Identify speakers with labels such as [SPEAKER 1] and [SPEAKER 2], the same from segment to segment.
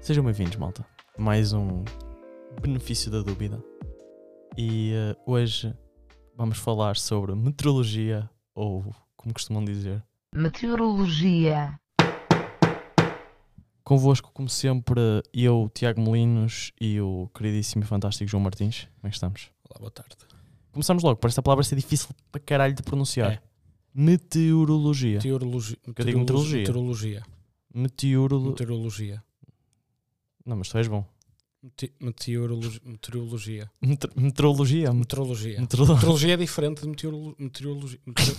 [SPEAKER 1] Sejam bem-vindos, malta. Mais um benefício da dúvida. E eh, hoje vamos falar sobre meteorologia, ou como costumam dizer.
[SPEAKER 2] Meteorologia.
[SPEAKER 1] Convosco, como sempre, eu, Tiago Molinos e o queridíssimo e fantástico João Martins. Como é que estamos?
[SPEAKER 3] Olá, boa tarde.
[SPEAKER 1] Começamos logo, parece que a palavra ser difícil para caralho de pronunciar.
[SPEAKER 3] É.
[SPEAKER 1] Meteorologia.
[SPEAKER 3] Teorologia.
[SPEAKER 1] Eu digo meteorologia.
[SPEAKER 3] Um Meteorologia.
[SPEAKER 1] Meteorolo...
[SPEAKER 3] Meteorologia.
[SPEAKER 1] Não, mas tu és bom.
[SPEAKER 3] Mete- meteorologi- Meteorologia.
[SPEAKER 1] Meter- Meteorologia. Meteorologia.
[SPEAKER 3] Meteorologia.
[SPEAKER 1] Meteorolo-
[SPEAKER 3] Meteorologia é diferente de meteorolo- meteorologia. Meteor-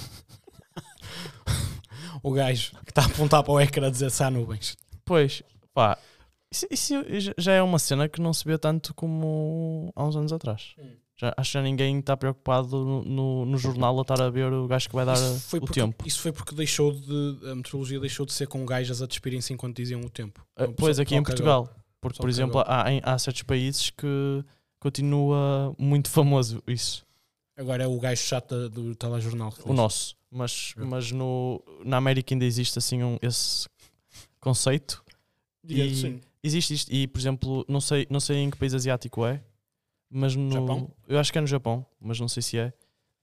[SPEAKER 3] o gajo que está a apontar para o ecrã a dizer se há nuvens.
[SPEAKER 1] Pois, pá, isso, isso já é uma cena que não se vê tanto como há uns anos atrás.
[SPEAKER 3] Hum.
[SPEAKER 1] Já, acho que já ninguém está preocupado no, no, no jornal a estar a ver o gajo que vai dar
[SPEAKER 3] Isso foi,
[SPEAKER 1] o
[SPEAKER 3] porque,
[SPEAKER 1] tempo.
[SPEAKER 3] isso foi porque deixou de. A meteorologia deixou de ser com gajas a despirem-se enquanto diziam o tempo.
[SPEAKER 1] Ah,
[SPEAKER 3] o
[SPEAKER 1] pois,
[SPEAKER 3] pessoal-
[SPEAKER 1] aqui em
[SPEAKER 3] pessoal cagou.
[SPEAKER 1] Portugal. Porque,
[SPEAKER 3] Só
[SPEAKER 1] por exemplo, há, em- há certos países que continua muito famoso isso,
[SPEAKER 3] Agora é o gajo chato da- do telejornal. que
[SPEAKER 1] o
[SPEAKER 3] diz.
[SPEAKER 1] nosso. Mas, mas no, na América ainda existe assim um, esse conceito
[SPEAKER 3] Direto,
[SPEAKER 1] e-
[SPEAKER 3] sim.
[SPEAKER 1] Existe isto, e por exemplo, não sei, não sei em que país asiático é, mas no.
[SPEAKER 3] Japão?
[SPEAKER 1] Eu acho que é no Japão, mas não sei se é.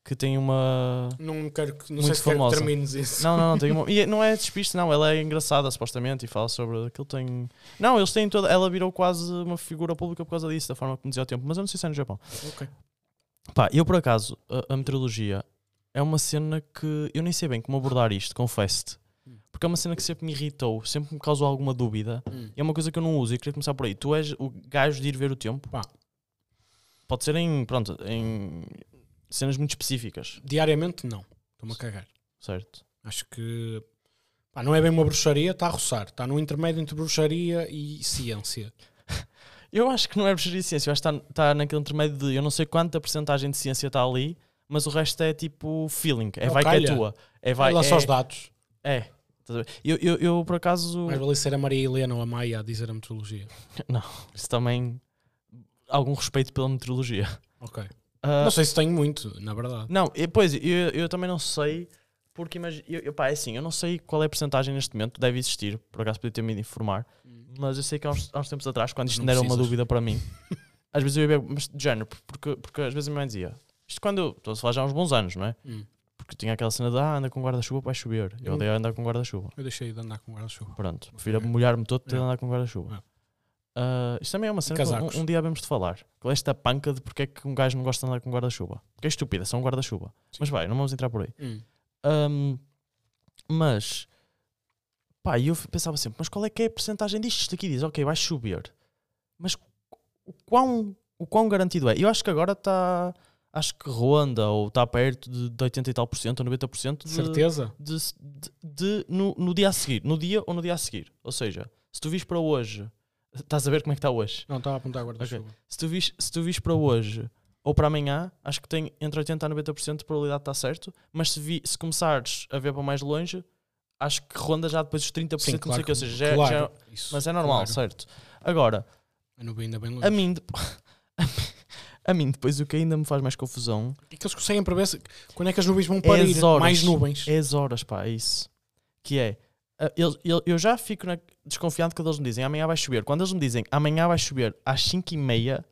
[SPEAKER 1] Que tem uma.
[SPEAKER 3] Não quero que. Não
[SPEAKER 1] Muito
[SPEAKER 3] sei se quero que
[SPEAKER 1] famosa.
[SPEAKER 3] termines isso.
[SPEAKER 1] Não, não, não, tem uma. E não é despiste, não, ela é engraçada supostamente e fala sobre aquilo. Tem. Não, eles têm toda. Ela virou quase uma figura pública por causa disso, da forma como dizia o tempo, mas eu não sei se é no Japão.
[SPEAKER 3] Ok.
[SPEAKER 1] Pá, eu por acaso, a, a meteorologia é uma cena que eu nem sei bem como abordar isto, confesso-te. Porque é uma cena que sempre me irritou, sempre me causou alguma dúvida.
[SPEAKER 3] Hum.
[SPEAKER 1] E é uma coisa que eu não uso e queria começar por aí. Tu és o gajo de ir ver o tempo?
[SPEAKER 3] Pá.
[SPEAKER 1] Pode ser em, pronto, em cenas muito específicas,
[SPEAKER 3] Diariamente, não. Estou-me a cagar.
[SPEAKER 1] certo?
[SPEAKER 3] Acho que pá, não é bem uma bruxaria, está a roçar, está no intermédio entre bruxaria e ciência.
[SPEAKER 1] Eu acho que não é bruxaria de ciência, eu acho que está tá naquele intermédio de eu não sei quanta porcentagem de ciência está ali, mas o resto é tipo feeling, é
[SPEAKER 3] Não
[SPEAKER 1] vai que é
[SPEAKER 3] calha.
[SPEAKER 1] tua. É vai,
[SPEAKER 3] Vai,
[SPEAKER 1] é,
[SPEAKER 3] Ela só os dados.
[SPEAKER 1] é. Estás a ver? Eu, eu, eu, por acaso.
[SPEAKER 3] Mais vale ser a Maria Helena ou a Maia a dizer a meteorologia.
[SPEAKER 1] Isso também. Algum respeito pela meteorologia.
[SPEAKER 3] Ok.
[SPEAKER 1] Ah,
[SPEAKER 3] Não sei se tenho muito, na verdade.
[SPEAKER 1] Não, e, pois, eu, eu também não sei, porque imagina, eu, eu, pá, é assim, eu não sei qual é a porcentagem neste momento, deve existir, por acaso podia ter-me ido informar, mas eu sei que há uns, há uns tempos atrás, quando
[SPEAKER 3] Hum. Mas
[SPEAKER 1] isto
[SPEAKER 3] não
[SPEAKER 1] ainda era uma
[SPEAKER 3] precisas.
[SPEAKER 1] dúvida para mim, às vezes eu ia ver, mas de género, porque, porque às vezes a minha mãe dizia, isto quando eu, estou a falar já há uns bons anos, não é?
[SPEAKER 3] Hum.
[SPEAKER 1] Porque tinha aquela cena de, ah, anda com guarda-chuva, vai chover, eu
[SPEAKER 3] Hum.
[SPEAKER 1] odeio andar com guarda-chuva.
[SPEAKER 3] Eu deixei de andar com guarda-chuva.
[SPEAKER 1] Pronto, prefiro molhar-me todo de
[SPEAKER 3] É.
[SPEAKER 1] andar com guarda-chuva.
[SPEAKER 3] É.
[SPEAKER 1] Ah, isto também é uma cena que
[SPEAKER 3] Casacos.
[SPEAKER 1] um, um dia vamos de falar. Com esta panca de porque é que um gajo não gosta de andar com guarda-chuva. Porque é estúpida, são guarda-chuva. Mas vai, não vamos entrar por aí.
[SPEAKER 3] Hum.
[SPEAKER 1] Ahm, mas, pá, e eu f- pensava sempre, mas qual é que é a porcentagem disto? Isto aqui diz, ok, vai chover. Mas o quão, o quão garantido é? Eu acho que agora está, acho que ronda ou está perto de, de 80 e tal por cento ou 90 por cento de,
[SPEAKER 3] Certeza?
[SPEAKER 1] de, de- de- no, no dia a seguir, no dia ou no dia a seguir. Ou seja, se tu vis para hoje, estás a ver como é que está hoje.
[SPEAKER 3] Não, estava a apontar guarda-chuva.
[SPEAKER 1] Se tu vis, se tu vis para hoje ou para amanhã, acho que tem entre 80% a 90% de probabilidade de estar certo, mas se, vi, se começares a ver para mais longe, acho que ronda já depois os 30%,
[SPEAKER 3] Sim,
[SPEAKER 1] não sei
[SPEAKER 3] claro.
[SPEAKER 1] o que, ou seja, já, é-
[SPEAKER 3] claro,
[SPEAKER 1] já é-
[SPEAKER 3] isso,
[SPEAKER 1] mas é normal,
[SPEAKER 3] claro.
[SPEAKER 1] certo? Agora,
[SPEAKER 3] A nuvem ainda bem longe.
[SPEAKER 1] a mim, de- a mim depois o que ainda me faz mais confusão
[SPEAKER 3] E É que eles conseguem prever se- quando é que as nuvens vão parir.
[SPEAKER 1] as horas.
[SPEAKER 3] Mais nuvens.
[SPEAKER 1] É as horas, pá, é isso. Que é. ah, Eu, eu, eu já fico na- desconfiado quando eles me dizem amanhã vai chover. Quando eles me dizem amanhã vai chover às 5 e meia,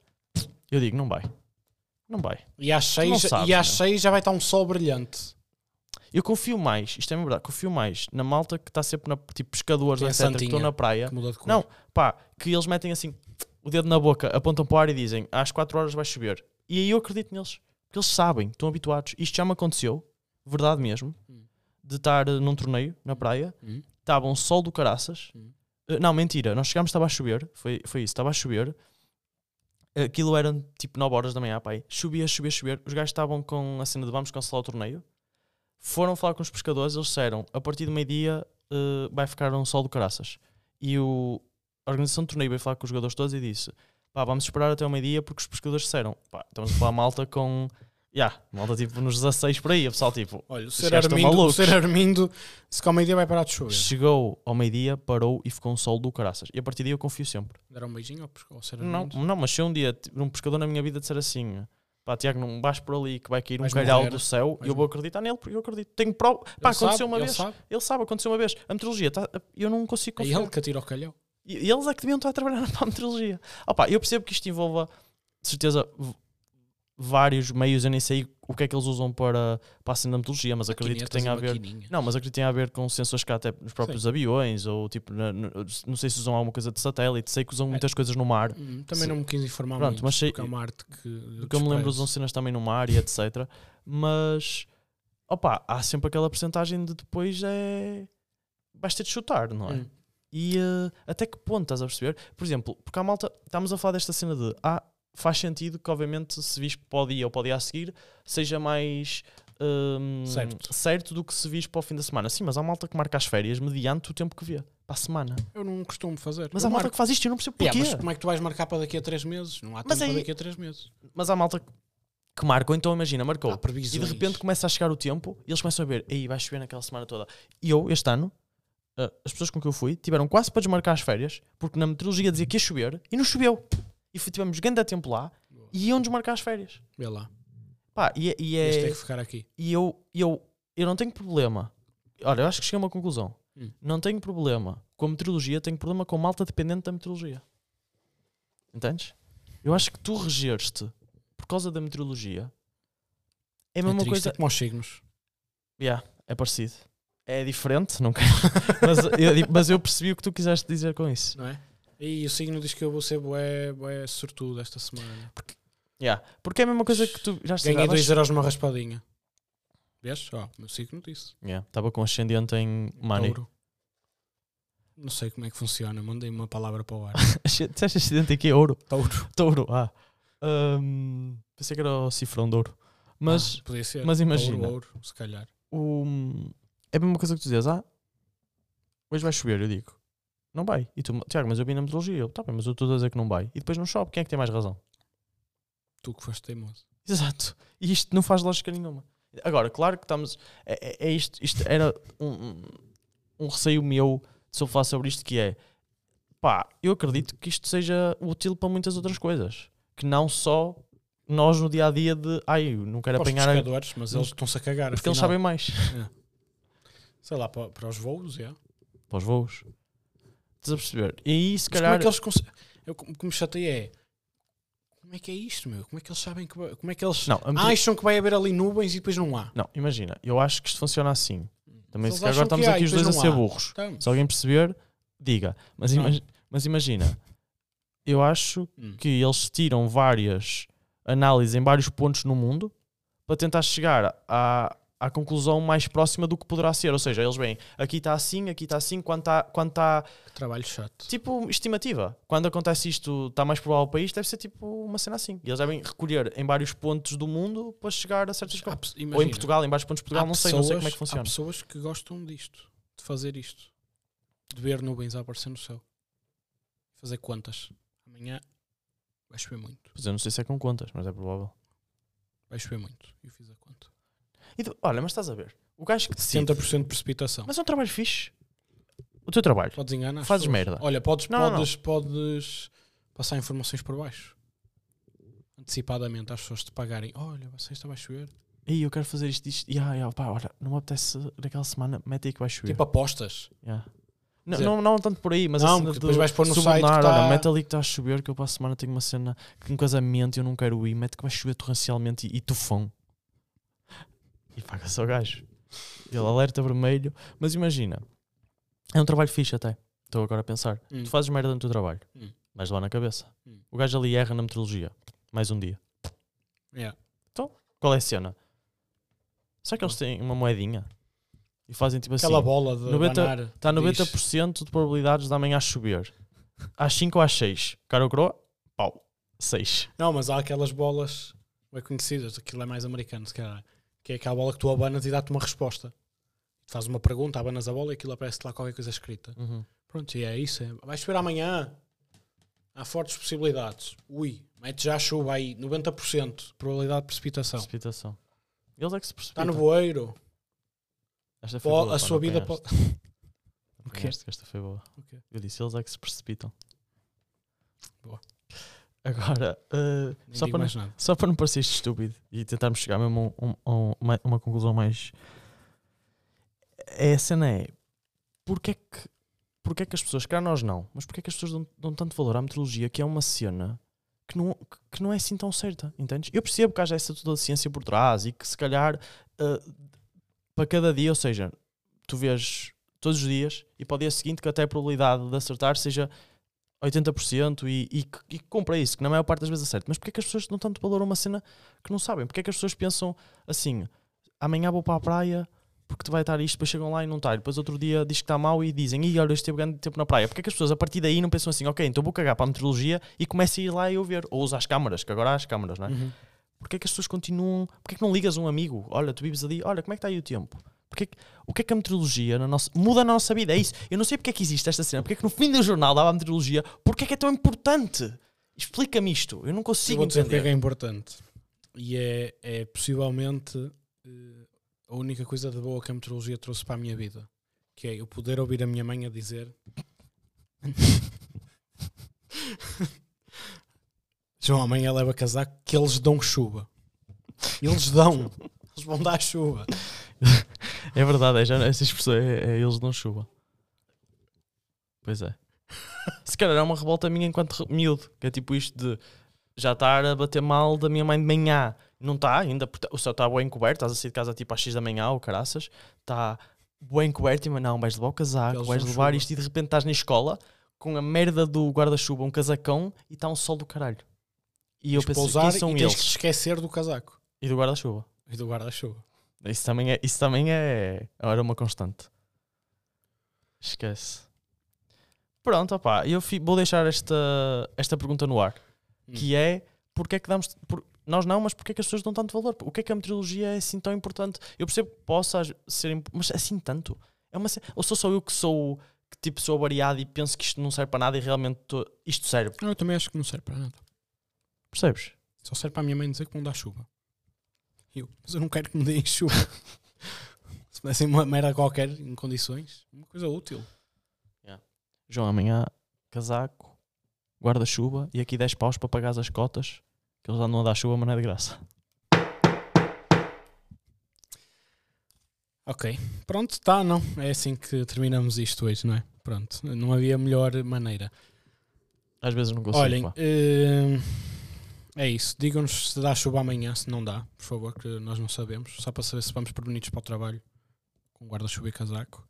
[SPEAKER 1] eu digo não vai. Não vai.
[SPEAKER 3] E às
[SPEAKER 1] não
[SPEAKER 3] seis
[SPEAKER 1] sabes, né?
[SPEAKER 3] e às
[SPEAKER 1] meu.
[SPEAKER 3] seis já vai estar um sol brilhante.
[SPEAKER 1] Eu confio mais, isto é mesmo verdade, confio mais na malta que está sempre na. Tipo, pescadores,
[SPEAKER 3] Que é
[SPEAKER 1] etc., que
[SPEAKER 3] santinha.
[SPEAKER 1] estão na praia.
[SPEAKER 3] Que muda de cor.
[SPEAKER 1] Não, pá, que eles metem assim o dedo na boca, apontam para o ar e dizem às 4 horas vai chover. E aí eu acredito neles, porque eles sabem, estão habituados. Isto já me aconteceu, verdade mesmo,
[SPEAKER 3] Hum.
[SPEAKER 1] de estar eh, num torneio na praia,
[SPEAKER 3] Hum.
[SPEAKER 1] estava um sol do caraças.
[SPEAKER 3] Hum.
[SPEAKER 1] Eh, Não, mentira, nós chegámos, estava a chover, foi, foi isso, estava a chover. Aquilo eram tipo 9 horas da manhã, pá, aí chovia, chovia, chovia. Os gajos estavam com a cena de vamos cancelar o torneio. Foram falar com os pescadores, eles disseram a partir do meio-dia eh, vai ficar um sol do caraças. E o, a organização do torneio veio falar com os jogadores todos e disse: pá, vamos esperar até ao meio-dia porque os pescadores disseram: pá, estamos a falar malta com. Ya, malta tipo nos 16 por aí, o pessoal tipo.
[SPEAKER 3] Olha, o
[SPEAKER 1] Os
[SPEAKER 3] ser
[SPEAKER 1] gajos estão
[SPEAKER 3] Armindo, o
[SPEAKER 1] malucos.
[SPEAKER 3] ser Armindo, se calma dia vai parar de chover.
[SPEAKER 1] Chegou ao meio-dia, parou e ficou um sol do caraças. E a partir daí eu confio sempre.
[SPEAKER 3] Dar um beijinho ao, pesco- ao ser
[SPEAKER 1] Não,
[SPEAKER 3] Armindo?
[SPEAKER 1] não mas se um dia t- um pescador na minha vida disser assim: pá, Tiago, não vais por ali que vai cair um
[SPEAKER 3] Vais
[SPEAKER 1] calhau
[SPEAKER 3] morrer.
[SPEAKER 1] do céu, e
[SPEAKER 3] Vais
[SPEAKER 1] eu vou acreditar nele porque eu acredito. Tenho prova.
[SPEAKER 3] Ele
[SPEAKER 1] Pá, aconteceu
[SPEAKER 3] sabe,
[SPEAKER 1] uma
[SPEAKER 3] ele
[SPEAKER 1] vez.
[SPEAKER 3] sabe.
[SPEAKER 1] Ele sabe, aconteceu uma vez. A meteorologia, tá- eu não consigo
[SPEAKER 3] É
[SPEAKER 1] confiar.
[SPEAKER 3] ele que atira o calhau.
[SPEAKER 1] E e eles é que deviam estar a trabalhar na meteorologia. Opa, eu percebo que isto envolva, de certeza, v- vários meios. Eu nem sei o que é que eles usam para, para a cena da meteorologia, mas acredito que
[SPEAKER 3] Maquinetas
[SPEAKER 1] tenha a
[SPEAKER 3] e
[SPEAKER 1] ver.
[SPEAKER 3] maquininhas.
[SPEAKER 1] Não, mas acredito que tem a ver com sensores que há até nos próprios aviões, ou tipo, na- no- não sei se usam alguma coisa de satélite, sei que
[SPEAKER 3] É.
[SPEAKER 1] usam muitas coisas no mar.
[SPEAKER 3] Hum, Também
[SPEAKER 1] Sim.
[SPEAKER 3] não me quis informar
[SPEAKER 1] Pronto,
[SPEAKER 3] muito,
[SPEAKER 1] mas sei-
[SPEAKER 3] porque é uma arte que...
[SPEAKER 1] Do que eu me lembro, usam cenas também no mar e etc. Mas, opa, há sempre aquela porcentagem de depois é. Vais ter de chutar, não é?
[SPEAKER 3] Hum.
[SPEAKER 1] E eh, até que ponto estás a perceber? Por exemplo, porque a malta, estamos a falar desta cena de. Ah, faz sentido que, obviamente, se vis para o dia ou para o dia a seguir, seja mais. hum,
[SPEAKER 3] Certo.
[SPEAKER 1] certo do que se vis para o fim da semana. Sim, mas há malta que marca as férias mediante o tempo que vê para a semana.
[SPEAKER 3] Eu não costumo fazer.
[SPEAKER 1] Mas
[SPEAKER 3] eu
[SPEAKER 1] há malta
[SPEAKER 3] marco.
[SPEAKER 1] que faz isto e eu não percebo porquê.
[SPEAKER 3] Yeah, mas como é que tu vais marcar para daqui a 3 meses? Não há tempo
[SPEAKER 1] Mas
[SPEAKER 3] para
[SPEAKER 1] aí-
[SPEAKER 3] daqui a 3 meses.
[SPEAKER 1] mas há malta que marcou, então imagina, marcou.
[SPEAKER 3] Há
[SPEAKER 1] e
[SPEAKER 3] previsões.
[SPEAKER 1] de repente começa a chegar o tempo e eles começam a ver, aí vai chover naquela semana toda. E eu, este ano, ah, as pessoas com que eu fui tiveram quase para desmarcar as férias, porque na meteorologia dizia que ia chover e não choveu. E fui- tivemos grande tempo lá e iam desmarcar as férias.
[SPEAKER 3] Vê lá.
[SPEAKER 1] Pá, e, é- e é-
[SPEAKER 3] Este tem que ficar aqui.
[SPEAKER 1] e eu, e eu, eu não tenho problema. Olha, eu acho que cheguei a uma conclusão.
[SPEAKER 3] Hum.
[SPEAKER 1] Não tenho problema com a meteorologia, tenho problema com a malta dependente da meteorologia. Entendes? Eu acho que tu regeres-te por causa da meteorologia. É a
[SPEAKER 3] É
[SPEAKER 1] mesma
[SPEAKER 3] triste,
[SPEAKER 1] coisa.
[SPEAKER 3] é como aos signos.
[SPEAKER 1] Yeah, é parecido. É diferente, não quero. mas, eu, mas eu percebi o que tu quiseste dizer com isso.
[SPEAKER 3] Não é? E o signo diz que eu vou ser bué, bué sortudo esta semana.
[SPEAKER 1] Yeah. Porque é a mesma coisa que tu já
[SPEAKER 3] Ganhei
[SPEAKER 1] estavas-
[SPEAKER 3] 2 euros numa raspadinha. Vês? Ó, meu signo disse.
[SPEAKER 1] Yeah, Estava com um ascendente em money.
[SPEAKER 3] Touro. Não sei como é que funciona. Mandei uma palavra para o ar.
[SPEAKER 1] Disseste ascendente em que? Ouro.
[SPEAKER 3] Touro.
[SPEAKER 1] Touro, ah. Ahm, pensei que era o cifrão de ouro. Mas
[SPEAKER 3] Ah, podia ser.
[SPEAKER 1] mas imagina.
[SPEAKER 3] Touro, ouro, se calhar.
[SPEAKER 1] o, é a mesma coisa que tu dizes, ah, hoje vai chover, eu digo. Não vai. E tu, Tiago, mas eu vi na meteorologia. Eu, tá bem, mas eu estou a dizer que não vai. E depois não chove. Quem é que tem mais razão?
[SPEAKER 3] Tu que foste teimoso.
[SPEAKER 1] Exato. E isto não faz lógica nenhuma. Agora, claro que estamos. É, é- é isto, isto era um, um- um receio meu de se eu falar sobre isto que é pá, eu acredito que isto seja útil para muitas outras coisas. Que não só nós no dia a dia de ai, eu não quero
[SPEAKER 3] Para os
[SPEAKER 1] apanhar a-
[SPEAKER 3] pescadores, mas eles estão-se a cagar.
[SPEAKER 1] porque eles
[SPEAKER 3] afinal.
[SPEAKER 1] sabem mais.
[SPEAKER 3] Sei lá, para, para os voos, é.
[SPEAKER 1] Para os voos. Estás a perceber? E aí se
[SPEAKER 3] Mas como é
[SPEAKER 1] calhar.
[SPEAKER 3] que eles conseguem. O que me chateia é. Como é que é isto, meu? Como é que eles sabem que. vai- Como é que eles
[SPEAKER 1] Não, a meteor-
[SPEAKER 3] acham que vai haver ali nuvens e depois não há?
[SPEAKER 1] não, imagina, eu acho que isto funciona assim. Também
[SPEAKER 3] Eles
[SPEAKER 1] se calhar agora
[SPEAKER 3] acham que
[SPEAKER 1] estamos
[SPEAKER 3] há
[SPEAKER 1] aqui
[SPEAKER 3] e
[SPEAKER 1] os
[SPEAKER 3] depois
[SPEAKER 1] dois a
[SPEAKER 3] não
[SPEAKER 1] ser
[SPEAKER 3] há.
[SPEAKER 1] burros.
[SPEAKER 3] Estamos.
[SPEAKER 1] Se alguém perceber, diga. Mas,
[SPEAKER 3] Não.
[SPEAKER 1] imagi- mas imagina, eu acho
[SPEAKER 3] Então. Hum.
[SPEAKER 1] que eles tiram várias análises em vários pontos no mundo para tentar chegar à, à conclusão mais próxima do que poderá ser. Ou seja, eles vêm aqui está assim, aqui está assim, quando está. Quando tá,
[SPEAKER 3] Que trabalho chato.
[SPEAKER 1] tipo, estimativa. Quando acontece isto, está mais provável para isto, deve ser tipo uma cena assim. E eles devem recolher em vários pontos do mundo para chegar a certas
[SPEAKER 3] Há
[SPEAKER 1] coisas.
[SPEAKER 3] pe-
[SPEAKER 1] Ou em
[SPEAKER 3] Ah, imagina,
[SPEAKER 1] Portugal, em vários pontos de Portugal,
[SPEAKER 3] há
[SPEAKER 1] não sei, não sei como é
[SPEAKER 3] pessoas-
[SPEAKER 1] que funciona.
[SPEAKER 3] Há pessoas que gostam disto, de fazer isto, de ver nuvens a aparecer no céu, fazer contas. Amanhã vai chover muito,
[SPEAKER 1] Pois eu não sei se é com contas, mas é provável.
[SPEAKER 3] vai chover muito. Eu fiz a conta.
[SPEAKER 1] E de- olha, mas estás a ver. O gajo que decide.
[SPEAKER 3] 70% de precipitação.
[SPEAKER 1] Mas é um trabalho fixe. O teu trabalho.
[SPEAKER 3] Podes enganar. as
[SPEAKER 1] Fazes
[SPEAKER 3] pessoas.
[SPEAKER 1] merda.
[SPEAKER 3] Olha, podes,
[SPEAKER 1] Não, não, não.
[SPEAKER 3] podes, podes passar informações por baixo. Antecipadamente às pessoas te pagarem. Olha, sexta vai chover.
[SPEAKER 1] Ei, eu quero fazer isto, isto. E, ah, ah, pá, olha, não me apetece naquela semana, mete aí que vai chover.
[SPEAKER 3] Tipo apostas.
[SPEAKER 1] Yeah. Não,
[SPEAKER 3] dizer-
[SPEAKER 1] não, não tanto por aí, mas
[SPEAKER 3] Não,
[SPEAKER 1] a cena
[SPEAKER 3] porque depois
[SPEAKER 1] do
[SPEAKER 3] vais pôr no
[SPEAKER 1] subornar,
[SPEAKER 3] site que tá-
[SPEAKER 1] olha, mete ali que está a chover, que eu para a semana tenho uma cena que um casamento eu não quero ir, mete que vai chover torrencialmente e, e tufão. E paga só o gajo. Ele alerta vermelho. Mas imagina, é um trabalho fixe até. Estou agora a pensar.
[SPEAKER 3] Hum.
[SPEAKER 1] Tu fazes merda no teu trabalho,
[SPEAKER 3] Hum.
[SPEAKER 1] mas lá na cabeça.
[SPEAKER 3] Hum.
[SPEAKER 1] O gajo ali erra na metrologia. Mais um dia.
[SPEAKER 3] Yeah.
[SPEAKER 1] Qual é a cena? Será que
[SPEAKER 3] Hum.
[SPEAKER 1] eles têm uma moedinha? E fazem tipo assim: "Tá
[SPEAKER 3] Aquela bola de
[SPEAKER 1] 90
[SPEAKER 3] banar.
[SPEAKER 1] está
[SPEAKER 3] diz.
[SPEAKER 1] 90% de probabilidades de amanhã chover. Às 5 ou às 6. Caro croa, pau, 6.
[SPEAKER 3] Não, mas há aquelas bolas bem conhecidas, aquilo é mais americano, se calhar. Que é aquela bola que tu abanas e dá-te uma resposta. Tu fazes uma pergunta, abanas a bola e aquilo aparece lá qualquer coisa escrita. Pronto, e é isso. é. Vai chover amanhã. Há fortes possibilidades. Ui, mete já a chuva aí, 90% de probabilidade de precipitação.
[SPEAKER 1] Precipitação. Eles é que se
[SPEAKER 3] Está
[SPEAKER 1] precipitam.
[SPEAKER 3] Tá no boeiro.
[SPEAKER 1] Esta foi
[SPEAKER 3] Pó-
[SPEAKER 1] boa, pá,
[SPEAKER 3] a sua
[SPEAKER 1] não
[SPEAKER 3] vida
[SPEAKER 1] apanhaste.
[SPEAKER 3] pode.
[SPEAKER 1] Não
[SPEAKER 3] quê?
[SPEAKER 1] apanhaste, Esta foi boa.
[SPEAKER 3] O quê?
[SPEAKER 1] Eu disse: eles é que se precipitam.
[SPEAKER 3] Boa.
[SPEAKER 1] Agora, uh,
[SPEAKER 3] Nem
[SPEAKER 1] só para não
[SPEAKER 3] digo mais nada.
[SPEAKER 1] Só para não parecer estúpido e tentarmos chegar mesmo a um- a um- uma, uma conclusão mais. É, A cena é. Porquê é que. porque é que as pessoas, cá nós não, mas porque é que as pessoas dão, dão tanto valor à meteorologia que é uma cena que não, que- que não é assim tão certa, entendes? Eu percebo que haja essa toda a ciência por trás e que se calhar ah, para cada dia, ou seja, tu vês todos os dias e para o dia seguinte que até a probabilidade de acertar seja 80% e, e, que- e que compra isso, que na maior parte das vezes acerta. Mas porque é que as pessoas dão tanto valor a uma cena que não sabem? Porque é que as pessoas pensam assim, amanhã vou para a praia porque vai estar isto, depois chegam lá e não está. E Depois outro dia diz que está mal e dizem, e olha, esteve grande tempo na praia. Porque é que as pessoas a partir daí não pensam assim, ok, então vou cagar para a meteorologia e começo a ir lá e eu ver. Ou usa as câmaras, que agora há as câmaras, não é?
[SPEAKER 3] Uhum.
[SPEAKER 1] Porque é que as pessoas continuam. Porque é que não ligas a um amigo? Olha, tu vives ali, olha, como é que está aí o tempo? Porque é que- o que é que a meteorologia na nossa, muda a nossa vida? É isso. Eu não sei porque é que existe esta cena, porque é que no fim do jornal dava a meteorologia, porque é que é tão importante? Explica-me isto. Eu não
[SPEAKER 3] Eu
[SPEAKER 1] consigo
[SPEAKER 3] vou dizer porque é que
[SPEAKER 1] entender.
[SPEAKER 3] é importante. E é, é possivelmente eh, a única coisa de boa que a meteorologia trouxe para a minha vida. Que é eu poder ouvir a minha mãe a dizer. João, amanhã leva casaco que eles dão chuva. Eles dão. Eles vão dar chuva.
[SPEAKER 1] É verdade, é, já, essa expressão é, é eles não chuva. Pois é. Se calhar é uma revolta minha enquanto re- miúdo, que é tipo isto de já estar a bater mal da minha mãe de manhã. Não está ainda, porque o céu está bem encoberto, estás a sair de casa tipo às 6 da manhã ou caraças, está bem encoberto e mas não, vais levar o casaco,
[SPEAKER 3] Eles
[SPEAKER 1] vais
[SPEAKER 3] dão
[SPEAKER 1] levar
[SPEAKER 3] chuva.
[SPEAKER 1] isto e de repente estás na escola com a merda do guarda-chuva, um casacão e está um sol do caralho. E eu
[SPEAKER 3] Tens que
[SPEAKER 1] pensei,
[SPEAKER 3] pousar
[SPEAKER 1] quem são
[SPEAKER 3] e tens que
[SPEAKER 1] eles?
[SPEAKER 3] esquecer do casaco
[SPEAKER 1] E do guarda-chuva.
[SPEAKER 3] e do guarda-chuva.
[SPEAKER 1] Isso também é, isso também é era uma constante. Esquece. Pronto, opá, eu fi- vou deixar esta, esta pergunta no ar, que é porque é que damos por- nós não, mas porque é que as pessoas dão tanto valor? O que é que a meteorologia é assim tão importante? Eu percebo que possa às- ser, imp- mas assim tanto. É uma, ce- ou sou só eu que sou que tipo sou variado e penso que isto não serve para nada e realmente tô- isto serve.
[SPEAKER 3] Ah, Eu também acho que não serve para nada.
[SPEAKER 1] Percebes?
[SPEAKER 3] Só serve para a minha mãe dizer que vão dar chuva. E Eu, mas eu não quero que me deem chuva. Se me dessem uma merda qualquer, em condições, uma coisa útil.
[SPEAKER 1] João, amanhã casaco, guarda-chuva e aqui 10 paus para pagar as cotas, que eles andam a dar chuva, mas não é de graça.
[SPEAKER 3] Ok. Pronto, está, não. É assim que terminamos isto hoje, não é? Pronto. Não havia melhor maneira.
[SPEAKER 1] Às vezes não consigo.
[SPEAKER 3] Olhem,
[SPEAKER 1] pá.
[SPEAKER 3] hum, é isso. Digam-nos se dá chuva amanhã, se não dá, por favor, que nós não sabemos. Só para saber se vamos prevenidos para o trabalho com guarda-chuva e casaco.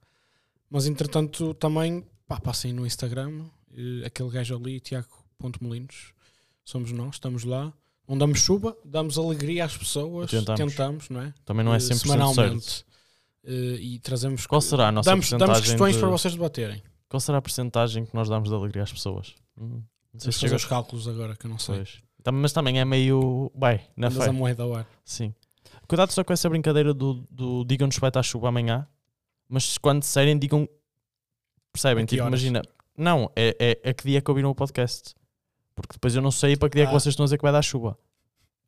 [SPEAKER 3] Mas entretanto, também pá, passem no Instagram, eh, aquele gajo ali, Tiago.molinos. Somos nós, estamos lá. Não damos chuva, damos alegria às pessoas.
[SPEAKER 1] Tentamos.
[SPEAKER 3] tentamos não é?
[SPEAKER 1] Também não é
[SPEAKER 3] Eh,
[SPEAKER 1] 100%
[SPEAKER 3] semanalmente.
[SPEAKER 1] certo.
[SPEAKER 3] Eh, e trazemos.
[SPEAKER 1] Qual será a nossa
[SPEAKER 3] damos, damos
[SPEAKER 1] percentagem
[SPEAKER 3] questões
[SPEAKER 1] de-
[SPEAKER 3] para vocês debaterem.
[SPEAKER 1] Qual será a porcentagem que nós damos de alegria às pessoas? Hum, não sei
[SPEAKER 3] Vamos
[SPEAKER 1] se
[SPEAKER 3] fazer
[SPEAKER 1] chega
[SPEAKER 3] os cálculos agora, que eu não sei.
[SPEAKER 1] Pois. Tam- Mas também é meio. Bem, na
[SPEAKER 3] Andas
[SPEAKER 1] fé.
[SPEAKER 3] a moeda ao ar.
[SPEAKER 1] Sim. Cuidado só com essa brincadeira do, do digam-nos que vai estar chuva amanhã, mas quando disserem, digam. Percebem?
[SPEAKER 3] A que
[SPEAKER 1] Tipo,
[SPEAKER 3] horas?
[SPEAKER 1] imagina. Não, é, é, é que dia que ouviram o podcast. Porque depois eu não sei para que dia é
[SPEAKER 3] Ah.
[SPEAKER 1] que vocês estão a dizer que vai dar chuva.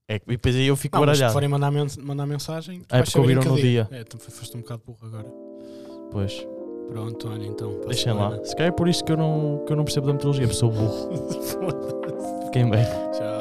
[SPEAKER 1] É que e depois aí eu fico
[SPEAKER 3] Não, mas se
[SPEAKER 1] baralhado.
[SPEAKER 3] forem mandar, mens mandar mensagem, tu
[SPEAKER 1] É
[SPEAKER 3] vais
[SPEAKER 1] porque
[SPEAKER 3] saber em
[SPEAKER 1] ouviram
[SPEAKER 3] que
[SPEAKER 1] no
[SPEAKER 3] É, tu foste um bocado burro agora.
[SPEAKER 1] Pois,
[SPEAKER 3] Pronto, olha então. para a
[SPEAKER 1] deixem lá.
[SPEAKER 3] semana.
[SPEAKER 1] Se calhar é por isso que eu não, que eu não percebo da meteorologia, porque sou burro. Fiquem bem.
[SPEAKER 3] Tchau.